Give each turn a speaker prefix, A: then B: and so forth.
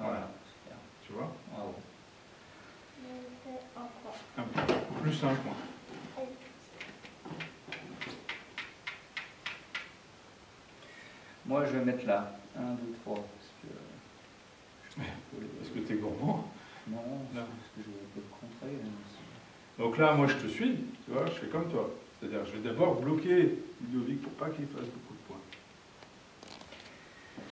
A: Ah, plus hein, un point.
B: Moi, je vais mettre là. 1, 2, 3. Parce
A: Est-ce
B: que...
A: que t'es gourmand
B: Non,
A: Non.
B: parce que je vais le contrer. là, aussi.
A: Donc là, moi, je te suis, tu vois, je fais comme toi. C'est-à-dire, je vais d'abord bloquer Ludovic pour pas qu'il fasse beaucoup de